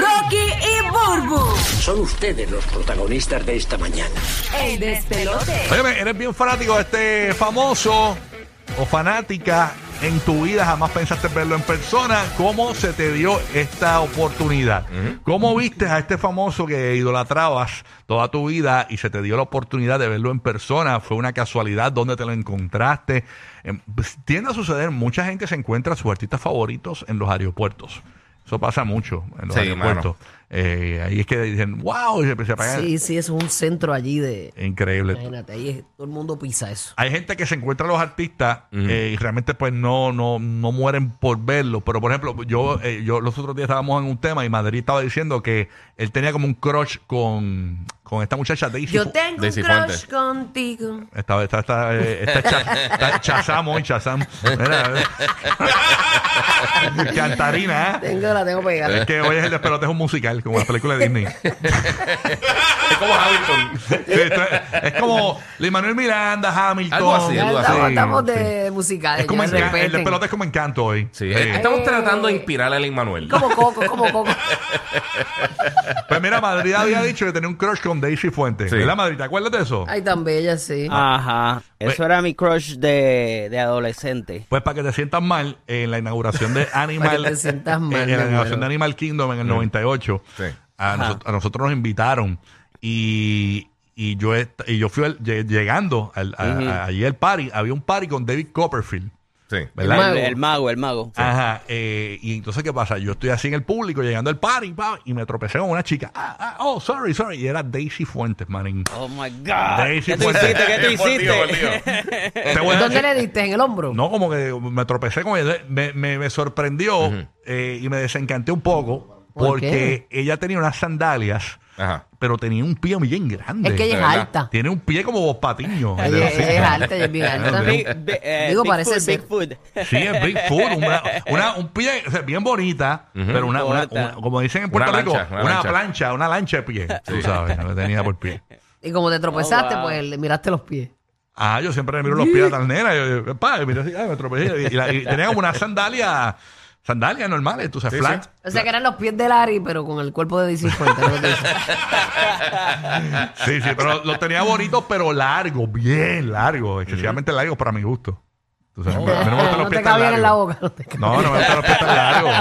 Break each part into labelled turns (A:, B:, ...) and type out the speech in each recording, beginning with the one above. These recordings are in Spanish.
A: Rocky y Burbu,
B: Son ustedes los protagonistas de esta mañana.
A: el despelote.
C: Óyeme, eres bien fanático de este famoso o fanática en tu vida, jamás pensaste verlo en persona. ¿Cómo se te dio esta oportunidad? ¿Cómo viste a este famoso que idolatrabas toda tu vida y se te dio la oportunidad de verlo en persona? ¿Fue una casualidad? ¿Dónde te lo encontraste? Em, pues, tiende a suceder, mucha gente se encuentra a sus artistas favoritos en los aeropuertos. Eso pasa mucho en los
D: Sí,
C: aeropuertos. Eh, ahí es que dicen, wow, y se, se apagan.
E: Sí, sí, eso es un centro allí de.
C: Increíble.
E: Imagínate, ahí es- todo el mundo pisa eso.
C: hay gente que se encuentra a los artistas eh, y realmente pues no, no, no mueren por verlo. Pero por ejemplo, yo, eh, yo los otros días estábamos en un tema y Madrid estaba diciendo que él tenía como un crush con, con esta muchacha Daisy.
E: Yo
C: Fu-
E: tengo un
D: Daisy
E: crush
D: Fuentes.
E: contigo.
C: Esta, esta, esta, eh, esta cha- esta Chazam hoy, Chazam. Mira, eh. Cantarina, ¿eh?
E: Tengo, la tengo pegada.
C: Es que hoy es el despelote, es un musical, como la película de Disney.
D: Es como Hamilton.
C: Sí, esto es, es como Lin Manuel Miranda, Hamilton.
D: Algo así,
E: Ya
D: algo así.
E: estamos,
C: Sí,
E: estamos
C: sí.
E: de musicales.
C: Es como
E: ya
C: Enca- el
E: respeten.
C: despelote es como encanto hoy.
D: Sí,
C: Eh,
D: estamos tratando de inspirar a Lin Manuel.
E: Como coco, como coco.
C: Pues mira, Madrid había dicho que tenía un crush con Daisy Fuentes.
D: Sí.
C: ¿Verdad, Madrid? ¿Te acuerdas de eso?
E: Ay, tan bella, sí.
C: Ah,
F: Ajá. Ah. Eso era mi crush de, de adolescente.
C: Pues para que te sientas mal, en la inauguración de Animal.
E: te sientas mal, Mm.
C: En, en la
E: me
C: inauguración
E: muero.
C: de Animal Kingdom en el 98.
D: Sí.
C: A, nosotros, a nosotros nos invitaron. Y, y yo est- y yo fui al- lle- llegando al, a- a- allí al party. Había un party con David Copperfield.
D: Sí.
C: ¿Verdad?
E: mago.
F: El, el mago, el mago.
C: Ajá, eh, y entonces, ¿qué pasa? Yo estoy así en el público, llegando al party, pa, y me tropecé con una chica. Ah, ah, oh, sorry, sorry. Y era Daisy Fuentes, manín.
F: Oh my God.
C: Daisy
F: ¿Qué tú
C: Fuentes.
F: hiciste? ¿Qué tú
D: Eh, por Dios, por
F: hiciste?
C: Te voy a
E: ¿Dónde
C: decir-
E: le diste? ¿En el hombro?
C: No, como que me tropecé con ella. Me, me- me sorprendió eh, y me desencanté un poco
E: ¿Por
C: porque ella tenía unas sandalias,
D: Ajá.
C: pero tenía un pie bien grande.
E: Es que
D: Ah.
E: ella
D: de
E: es
D: verdad.
E: alta.
C: Tiene un pie como vos patiño.
E: Ella es alta, ella es bien alta.
F: Big- big- eh,
E: Digo,
F: Bigfoot,
E: parece ser.
F: Bigfoot.
C: Sí, es Bigfoot. Una, una- un pie o sea, bien bonita, pero una, una-
F: Bonita.
C: una- como dicen en Puerto
D: Una
C: Rico,
D: lancha, una
C: una
D: lancha.
C: plancha, una lancha de pie. Tú sabes, la tenía por pie.
E: Y como te tropezaste,
F: Oh, wow.
E: pues le miraste los pies.
C: Ah, yo siempre le miro los pies a tal nena. Yo, yo, pa, y mira así, ay, me tropecé. Y, la- y tenía como unas sandalias, sandalias normales, tú sabes,
D: Sí,
C: flat.
D: sí.
E: O sea que eran los pies de Larry, pero con el cuerpo de DC Fuentes. ¿no?
C: Sí, sí, pero los tenía bonitos, pero largos, bien largos, excesivamente largos para mi gusto. Tú sabes, a mí no me gustan los
E: No
C: pies
E: te
C: tan
E: cabían en la
C: largos.
E: boca. No te cabían.
C: No, no me gustan los pies tan largos.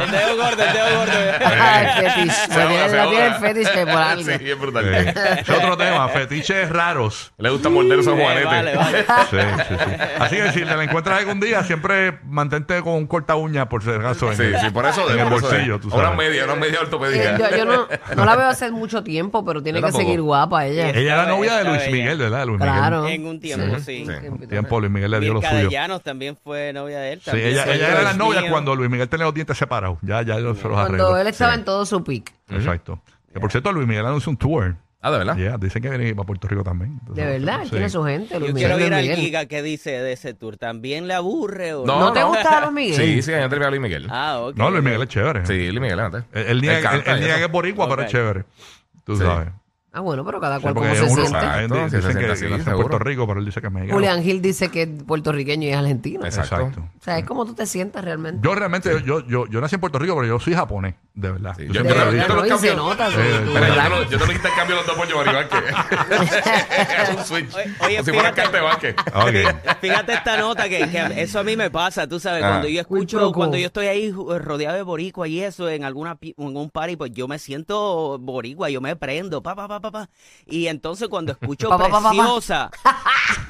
F: El dedo gordo, el dedo gordo.
C: Eh,
E: Ah, el fetish.
D: Se
E: La tiene-
D: ahoga, se
E: La tiene el
D: ahoga.
E: fetish que por algo.
D: Sí, es brutal.
C: Sí. Es otro tema, fetiches raros.
D: Le gusta morder esos
F: Eh,
D: juanetes.
F: vale, vale.
C: Sí, sí, sí. Así que si te la encuentras algún día, siempre mantente con un corta uña por si acaso. en
D: Sí,
C: el-
D: sí, por eso.
C: En el
D: por eso
C: bolsillo,
D: de-
C: tú
D: Una
C: sabes.
D: media, una media ortopédica.
E: Eh, Yo, yo no, no la veo hace mucho tiempo, pero tiene
D: Yo
E: que
D: tampoco.
E: seguir guapa ella.
C: Ella era novia de
F: Está
C: Luis
F: bella.
C: Miguel, ¿verdad? Luis Miguel.
E: Claro.
F: En un tiempo, sí.
D: sí.
C: Un tiempo Luis Miguel le dio lo
F: Mirka de
C: suyo.
F: Llanos también fue novia de él.
C: Sí,
F: también.
C: ella,
F: Sí,
C: ella era la
F: Dios
C: novia
F: mío.
C: cuando Luis Miguel tenía los dientes separados. Ya, ya se los arregló.
E: Cuando él estaba
C: Sí.
E: en todo su pic.
C: Exacto. Que por cierto, Luis Miguel anunció un tour.
D: Ah, de verdad.
C: Yeah, dicen que viene para Puerto Rico también.
E: De verdad, él tiene su gente. Luis Miguel,
F: Yo quiero
E: Luis
F: ir al
E: Miguel.
F: Giga que dice de ese tour. ¿También le aburre o
E: ¿No te gusta Luis Miguel?
D: Sí, sí, hay gente que le a Luis Miguel.
F: Ah, ok.
C: No, Luis Miguel es chévere.
D: Sí, Luis Miguel, antes.
C: Él, él niega, él- él niega que es boricua, pero
F: Ok.
C: es chévere. Tú
D: Sí.
C: sabes.
E: Ah, bueno, pero cada
C: Sí,
E: cual
C: porque
E: como se
C: uno-
E: siente.
C: ah,
D: Exacto,
C: dicen
D: si se
C: que,
D: siente
C: que
D: así,
C: nace en
D: seguro.
C: Puerto Rico, pero él dice que es mexicano.
E: Julián Gil dice que es puertorriqueño y es argentino.
D: Exacto.
C: Exacto.
E: O sea, es como tú te sientas realmente.
C: Yo realmente, yo, yo, yo nací en Puerto Rico, pero yo soy japonés, de verdad.
D: Sí,
C: Yo
D: yo
C: siempre
D: creo
C: lo he
D: que
C: dicho.
D: no.
E: no, y se nota.
C: Sí,
E: sobre
C: sí, pero
E: tu
D: Mira, yo te,
E: black.
D: lo, yo te lo quité el cambio los dos por Giovanni Vázquez. es un switch.
F: Oye,
D: Como
F: oye,
D: si fuera
F: fíjate.
D: Cante Vázquez.
C: Ok.
F: Fíjate esta nota que, que eso a mí me pasa, tú sabes,
D: Ah.
F: cuando yo
E: Uy,
F: escucho,
E: proco.
F: cuando yo estoy ahí ju- rodeado de boricua y eso en alguna pi- en un party, pues yo me siento boricua, yo me prendo, pa pa pa pa, pa, pa. Y entonces cuando escucho
E: Pa, pa, pa, pa, pa.
F: Preciosa,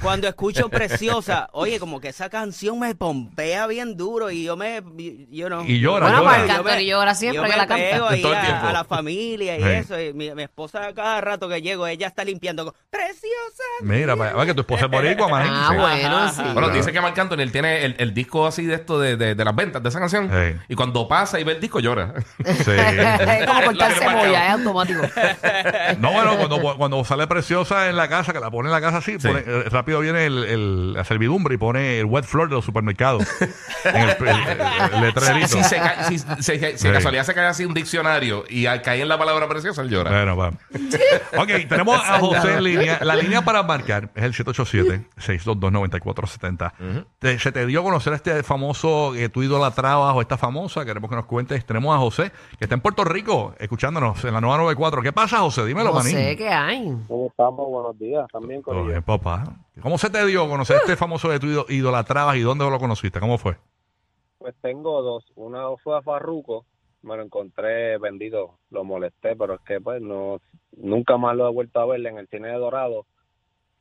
F: cuando escucho Preciosa, oye, como que esa canción me pompea bien duro y yo me, yo no.
C: Y llora,
E: Bueno,
C: llora.
E: Marc Anthony llora siempre
F: yo
E: que
F: me
E: la canta.
F: pego ahí
D: Todo el
F: a,
D: tiempo.
F: a la familia y
C: Sí.
F: eso. Y mi, mi esposa cada rato que llego, ella está limpiando. con, Preciosa.
C: Mira, para, para que tu esposa es boricua, man.
E: Ah,
C: Sí.
E: bueno, sí.
D: Bueno, dice que Marc Anthony él tiene el, el disco así de esto de, de- de las ventas de esa canción.
C: Sí.
D: Y cuando pasa y ve el disco llora.
C: Sí.
E: es como cortar
D: La que
E: cebolla,
D: marca.
E: es automático.
C: No, bueno, cuando, cuando sale preciosa en la casa, que la pone en la casa así,
D: Sí.
C: pone- eh, rápido viene el, el- la servidumbre y pone el wet floor de los supermercados. en el, el- el- el letrerito.
D: si se, ca- si, se- si de
C: Sí.
D: casualidad se cae así un diccionario y al caer en la palabra preciosa, él llora.
C: Bueno, va. Ok, tenemos a José en línea. La línea para marcar es el 787-622-9470. Te- Se te dio a conocer este famoso, eh, tu idolatrabas o esta famosa. Queremos que nos cuentes. Tenemos a José, que está en Puerto Rico, escuchándonos en la 994. ¿Qué pasa, José? Dímelo,
E: No
C: manín.
E: sé qué hay.
G: ¿Cómo estamos? Buenos días. También con
C: Oye, papá. ¿Cómo se te dio a conocer este famoso de tu ido- idolatrabas y dónde lo conociste? ¿Cómo fue?
G: Pues tengo dos. Una fue a Farruco. Me lo encontré vendido. Lo molesté, pero es que pues no nunca más lo he vuelto a ver en el cine de Dorado.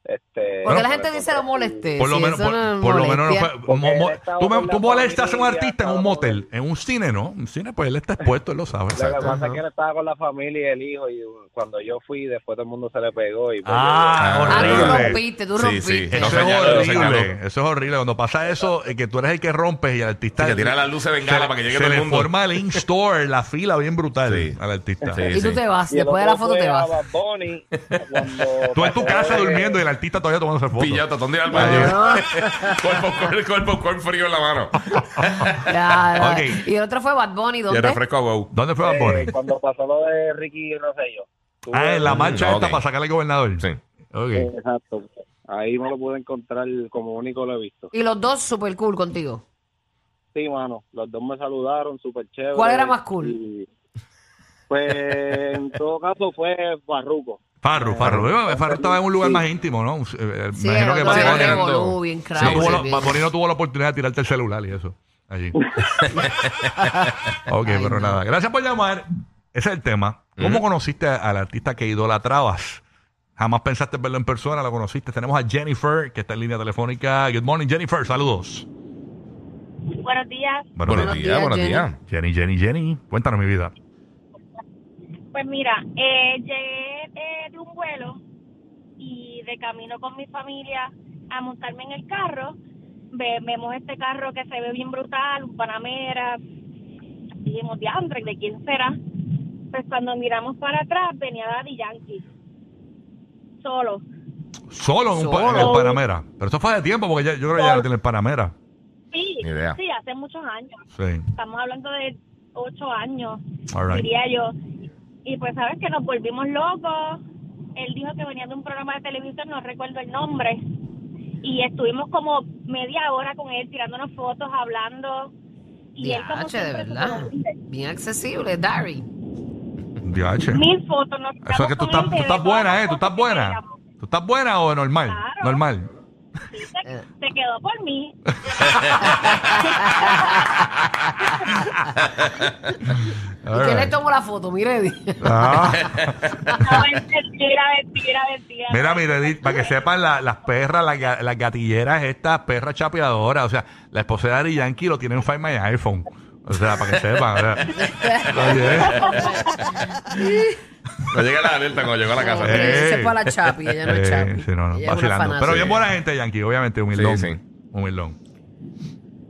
G: Este,
E: Porque
G: me
E: la gente dice
G: encontré
E: lo
G: aquí.
E: moleste.
C: Por lo
E: si
C: menos,
E: Eh, eso
C: por,
E: no es
C: por lo menos no
E: molestia.
C: fue-
G: Porque
C: mo- mo-
G: él estaba
C: tú, me-
G: con la
C: tú molestas a un
G: familia,
C: artista en un
G: estaba
C: motel, en un cine, ¿no? Un cine, pues él está expuesto, él lo sabe.
G: Lo que pasa es que él estaba con la familia y el hijo y cuando yo fui después todo el mundo se le pegó y pues,
C: Ah,
D: Ah,
E: Ah, tú
C: horrible.
E: rompiste, tú
D: Sí,
E: rompiste.
D: sí.
C: Eso
D: No
C: es
D: señaló, no señaló.
C: horrible. Eso es horrible. Cuando pasa eso, eh, que tú eres el que rompes y el artista.
D: Y que tira las luces de bengala
C: se-
D: para que llegue
C: se
D: todo
C: le
D: el mundo.
C: forma el in-store, la fila bien brutal
D: Sí.
C: al artista.
D: Sí.
E: Y tú te vas,
G: yo- y el
E: después de la
G: otro
E: foto
G: fue
E: te
G: a
E: vas.
G: Bad Bunny, cuando
C: Tú en tu
G: pasó
C: casa
G: de-
C: durmiendo y el artista todavía tomándose fotos.
D: Pillado, tatón de alma. Con el popcorn- con el popcorn frío en la mano.
E: Ya, ya.
C: Ok.
E: Y el otro fue Bad Bunny,
D: Y el
E: ¿dónde?
D: refresco a wow.
C: ¿Dónde fue Bad
G: eh,
C: Bunny?
G: cuando pasó lo de Ricky Rosselló.
C: Ah, en la
D: Mm,
C: marcha esta
D: ok.
C: para sacar al gobernador.
D: Sí.
C: Ok.
G: Exacto. Ahí me lo pude encontrar como único lo he visto.
E: Y los dos super cool contigo.
G: Sí, mano, los dos me saludaron, súper chévere.
E: ¿Cuál era más cool?
G: Y, pues en todo caso fue Barruco.
C: Farru, Farru. Eh, Farru estaba en un lugar
G: Sí.
C: más íntimo, ¿no? Eh,
E: Sí,
C: imagino que
E: el
C: Bad
E: otro era
C: Bunny-
E: bien
D: Bunny.
E: volú, bien crack,
C: No tuvo
E: bien-
C: la- Bad Bunny no tuvo la oportunidad de tirarte el celular y eso. Allí. ok,
E: Ay,
C: pero
E: no.
C: nada. Gracias por llamar. Ese es el tema. ¿Cómo conociste al artista que idolatrabas? Jamás pensaste verlo en persona, lo conociste. Tenemos a Jennifer, que está en línea telefónica. Good morning, Jennifer. Saludos.
H: Buenos días.
C: Buenos
D: Buenos
C: días.
D: días, buenos
E: Jenny.
D: días.
C: Jenny, Jenny, Jenny. Cuéntanos mi vida.
H: Pues mira, eh, llegué eh, de un vuelo y de camino con mi familia a montarme en el carro. Ve- vemos este carro que se ve bien brutal, un Panamera. Y dijimos, diantre, ¿de quién será? Pues cuando miramos para atrás venía Daddy Yankee. Solo.
C: Solo en, un pa- en el
E: Solo.
C: Panamera. Pero eso fue de tiempo, porque ya- yo creo que ya no tiene el Panamera.
H: Sí,
D: Ni idea.
H: sí, hace muchos años.
C: Sí.
H: Estamos hablando de ocho años.
C: All right.
H: diría yo. Y pues sabes que nos volvimos locos. Él dijo que venía de un programa de televisión, no recuerdo el nombre. Y estuvimos como media hora con él tirándonos fotos, hablando. Y él como
E: Diache, de
H: siempre,
E: verdad.
H: súper-
E: Bien accesible, Dari.
C: Diache.
H: Mil fotos. Nos
C: Eso es que tú estás, tú estás buena, ¿eh? Tú estás buena. ¿Tú estás buena o normal?
H: Claro.
C: Normal.
E: Eh.
H: Se, se quedó por mí.
E: ¿Y quién le
C: Alright.
E: tomó la foto? Mire, di-
C: Ah.
H: No, mentira, mentira, mentira.
C: Mira, mire, di- para que sepan, la- las perras, las, ga- las gatilleras, estas perras chapeadoras, o sea, la esposa de Ari Yankee lo tiene en Find My iPhone. O sea, para que sepan. o sea. Oye,
D: No llega la alerta cuando llegó a la casa.
C: Eh,
E: Ella se fue a la Chapi, ella no es
C: eh,
E: Chapi.
C: sí, no, no,
E: Ella es una
C: vacilando.
E: fanática.
C: Pero bien buena gente, Yankee, obviamente, humildón.
D: Sí, sí.
C: Humildón.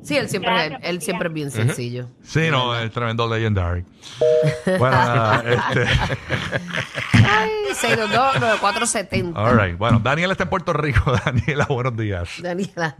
E: Sí, él siempre,
H: Gracias,
E: él
H: Sofía.
E: siempre es bien sencillo.
C: Sí, no, es tremendo legendary. Bueno, nada, este.
E: Ay, 622-9470.
C: All right. Bueno, Daniela está en Puerto Rico. Daniela, buenos días.
E: Daniela.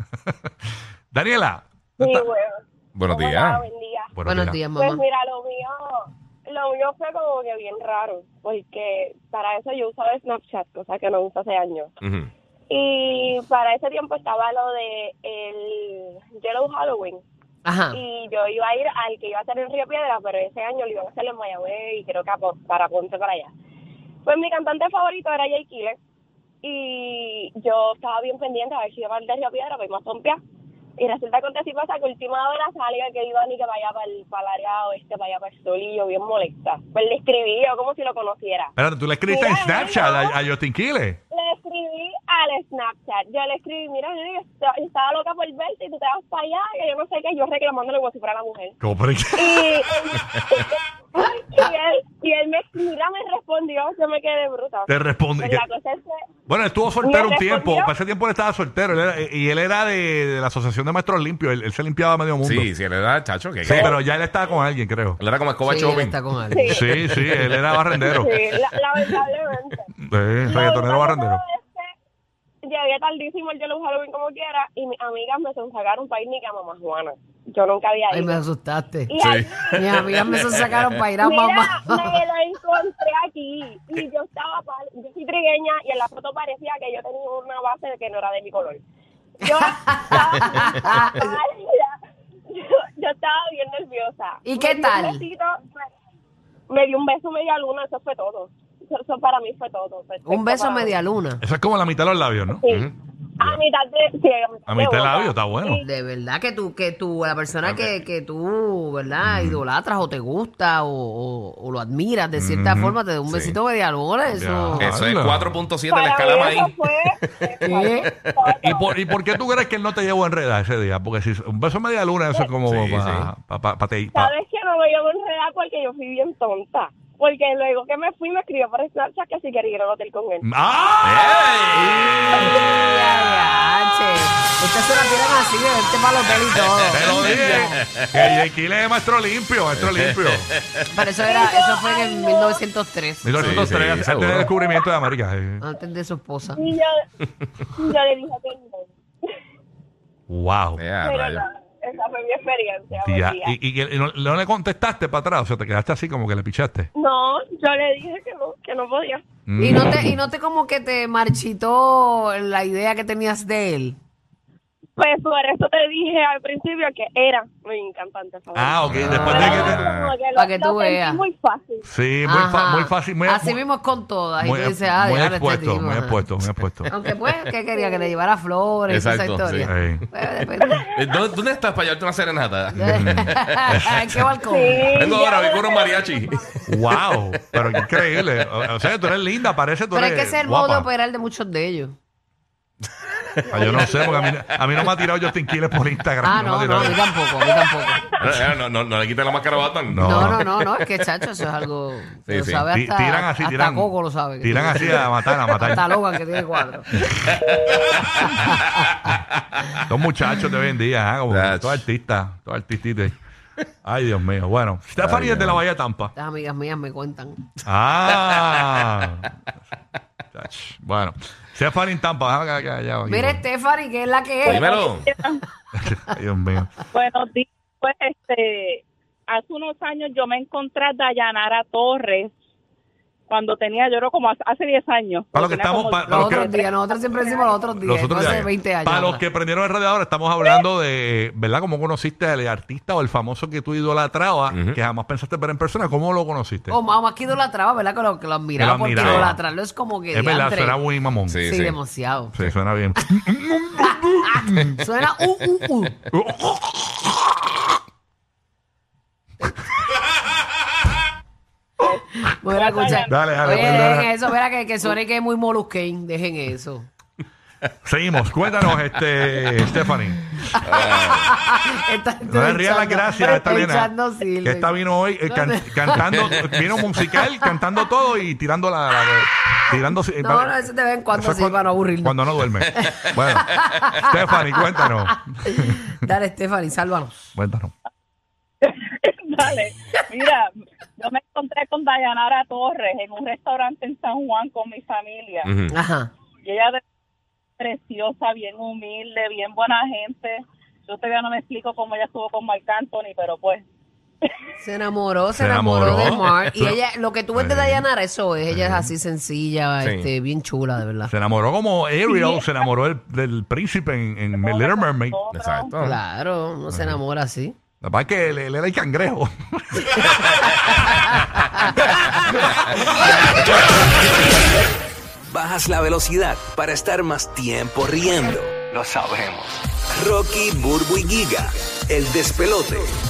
C: Daniela.
H: Sí,
C: ¿dónde está?
H: bueno.
D: Buenos
H: ¿Cómo
D: días.
H: va? Buen día.
E: Buenos días,
H: Pues
E: mamá.
H: mira, lo mío, lo mío fue como que bien raro, porque para eso yo usaba Snapchat, cosa que no uso hace años.
D: Ujú.
H: Y para ese tiempo estaba lo de el Yellow Halloween.
E: Ajá.
H: Y yo iba a ir al que iba a hacer en Río Piedra, pero ese año lo iban a hacer en Mayagüez y creo que a Po- para Ponce para allá. Pues mi cantante favorito era Jay Killer y yo estaba bien pendiente pues a ver si iba al de Río Piedra para irme a pompear. Y resulta acontece y pasa que última hora salga que iba ni que vaya para el, para el área oeste, vaya para el sol y yo bien molesta. Pues le escribí yo como si lo conociera.
C: Espérate, tú le escribiste en
H: Mira,
C: Snapchat
H: no.
C: a, a Justin Quiles.
H: Le escribí al Snapchat. Yo le escribí, mira, nene, yo esta- yo estaba loca por verte y tú te vas para allá. Que yo no sé qué, yo reclamándole como si fuera la mujer.
C: ¿Cómo por qué?
H: Y, y él, y él me, mira, me respondió. Yo me quedé bruta.
C: Te responde.
H: Pues
C: que-
H: la cosa es que
C: Bueno, estuvo soltero un
H: Me
C: tiempo.
H: respondió.
C: Para ese tiempo él estaba soltero. él era- eh, y él era de, de la Asociación de Maestros Limpios. Él, él se limpiaba medio mundo.
D: Sí, sí, él era chacho. Que,
C: Sí,
D: que-
C: pero ya él estaba con alguien, creo.
D: Él era como Escoba
E: Sí, él
D: Chauvin.
E: está con alguien.
C: Sí, sí, él era barrendero.
H: Sí, la- lamentablemente.
C: Eh, reggaetonero
H: Lo que
C: barrendero.
H: pasó es que Llegué tardísimo el Yellow Halloween como quiera y mis amigas me sonsacaron para ir ni que a Mamá Juana. Yo nunca había
E: Ay, me
H: ido.
E: asustaste.
H: Y allí,
E: Mis amigas me sacaron para ir a
H: mira,
E: mamá.
H: me lo encontré aquí y yo estaba, pal- yo soy trigueña y en la foto parecía que yo tenía una base de que no era de mi color. Yo estaba, pálida. yo, yo estaba bien nerviosa.
E: ¿Y
H: Me
E: qué
H: dio un
E: tal?
H: besito, pues, me- me dio un beso media luna, eso fue todo. Eso, eso para mí fue todo. perfecto
E: Un beso
H: para mí.
E: media luna.
C: Eso es como la mitad de los labios, ¿no?
H: Sí. A mitad de. sí,
C: A mitad de
H: boca.
C: labio, está bueno.
H: Sí,
E: De verdad que tú, que tú, la persona que, que tú,
C: Mm.
E: ¿verdad? Idolatras o te gusta o, o- o lo admiras de cierta forma, te da un
D: sí.
E: besito media luna. Eso.
C: Ya.
D: Eso es
C: Anda.
D: 4.7 en la
H: Para
D: escala
H: mí
D: maíz.
H: eso fue.
E: ¿Qué?
C: ¿Y por, ¿Y por qué tú crees que él no te llevó a enredar ese día? Porque si un beso media luna, eso es como
D: Sí,
C: para
D: sí.
C: Ah.
H: Sabes que no me llevo enredar porque yo fui bien tonta. Porque luego que me fui me escribió por Snapchat que si quería ir al hotel con él.
C: ¡Ah!
D: ¡Eh!
E: Yache. Ustedes se la tiran así de verte para el hotel y
C: Te lo
E: todo.
C: dije. Que Jay Kyle es maestro limpio, maestro limpio.
E: Pero eso, era, eso fue en el 1903.
C: 1903,
D: Sí, sí,
C: antes
D: seguro.
C: del descubrimiento de América. eh. sí.
E: Antes de su esposa.
H: Y yo, yo le dije que no.
C: Wow.
D: Ya,
H: Pero
D: rayo.
H: nada, esa fue mi experiencia. buen
C: Ah, Tía,
H: día.
C: Y, y que no, no le contestaste para atrás, o sea, te quedaste así como que le pichaste. Mm.
H: No, yo le dije que no, que no podía.
E: Y no te, y no te como que te marchitó la idea que tenías de él.
H: Pues por eso te dije al principio que era muy encantante. ¿sabes?
C: Ah, ok, después de que te...
D: Ah.
H: Como
E: Pa'
H: lo-
E: que
H: lo
E: tú
H: sentí
E: veas.
H: muy fácil.
C: Sí, muy, fa-
E: Ajá.
C: muy fácil. Muy,
E: Así
C: muy-
E: mismo es con todas. Y
C: muy-
E: tú dices, ah,
C: muy
E: déjale este
C: expuesto,
E: tipo.
C: muy
E: ajá.
C: expuesto, muy expuesto.
E: Aunque pues, ¿qué quería? Que le llevara flores y toda esa
D: Exacto, sí.
E: historia.
C: Sí.
E: Pues, depende.
D: Eh, ¿Dónde, dónde estás para llevarte una serenata?
E: ¿En qué balcón?
D: Vengo
H: ya
D: ahora, voy
H: me
D: con un mariachi.
C: Wow, pero qué increíble. O, o sea, tú eres linda, parece tú
E: Pero es
C: eres
E: que ese es el modo pues, de
C: guapa.
E: operar de muchos de ellos.
C: Ah, yo no sé, porque a mí, a mí no me ha tirado Justin Quiles por Instagram.
E: Ah,
C: me
E: no,
C: ha
E: no,
C: tirado.
E: a mí tampoco, a mí tampoco.
D: Eh, no, no, no le quites la máscara a Batman.
C: No.
E: No, no, no, no, es que chacho, eso es algo.
D: Sí,
E: lo
D: sí.
E: sabe
C: Ti-
E: hasta,
C: tiran así,
E: hasta
C: tiran.
E: Coco lo sabe. que
C: Tiran
E: tiene-
C: así a matar, a
E: Hasta
C: matar.
E: Logan que tiene cuadro.
C: Los muchachos de hoy en día, ¿eh? Como
D: That's-
C: todos artistas, todos artistitas. Ay, Dios mío. Bueno, Stephanie es de la Bahía de Tampa.
E: Las amigas mías me cuentan.
C: Ah. Ach, bueno, Stephanie en Tampa. Déjame que- que- que- que-
E: Mira, Stephanie, que es la que es.
D: Dímelo.
C: Ay, Dios mío.
H: Buenos días. Pues, este, hace unos años yo me encontré a Dayanara Torres cuando tenía, yo creo, como hace- hace 10 años.
C: Para lo que
H: Tenía
C: estamos-
H: como-
C: para- Pero
E: Los otros
C: que-
E: días, nosotros siempre decimos los otros días.
C: Los otros
E: hace
C: días.
E: 20 años.
C: Para los
E: ahora.
C: que prendieron el radiador, estamos hablando de, ¿verdad? ¿Cómo conociste al artista o el famoso que tú idolatrabas, que jamás pensaste ver en persona? ¿Cómo lo conociste?
E: O más, más que idolatraba, ¿verdad? Que lo, que lo admiraba.
C: Que lo
E: Porque
C: admiraba.
E: idolatrarlo es como que.
C: es verdad,
E: diantre.
C: suena muy mamón.
D: Sí,
E: Sí,
D: sí.
E: demasiado.
C: Sí, suena bien.
E: Suena uh, uh, uh. Voy a escuchar.
C: Dale, dale,
E: Oye,
C: pues,
E: dejen
C: dale.
E: eso, verá que, que suene que es muy molusquén, dejen eso.
C: Seguimos. Cuéntanos, este, Stephanie.
E: Está-
C: No le rías las
E: echando-
C: gracias a esta
E: estoy
C: nena.
E: echando silver.
C: Que esta vino hoy eh, can- cantando, vino musical, cantando todo y tirando la. la- la- tirando, eh,
E: No,
C: para-
E: no, eso te ven cuando
C: Eso es
E: sí, para no aburrirnos.
C: Cuando no duerme. Bueno, Stephanie, cuéntanos.
E: Dale, Stephanie, sálvanos.
C: Cuéntanos.
H: Dale. Mira, yo me encontré con Dayanara Torres en un restaurante en San Juan con mi familia.
C: Mm.
D: Ujú.
E: Ajá.
H: Y ella era preciosa, bien humilde, bien buena gente. Yo todavía no me explico cómo ella estuvo con Marc Anthony, pero pues.
E: Se enamoró, se,
C: Se
E: enamoró, de
C: enamoró.
E: Mark. Y ella, lo que tú ves de
C: Sí.
E: Dayanara, eso es. Ella es así sencilla,
D: Sí.
E: este, bien chula, de verdad.
C: Se enamoró como Ariel, se enamoró del, del príncipe en, en Little Mermaid.
D: Exacto.
E: Claro, no se enamora así.
C: La verdad es que él, él era el cangrejo.
B: Bajas la velocidad para estar más tiempo riendo. Lo sabemos. Rocky, Burbu y Giga, el despelote.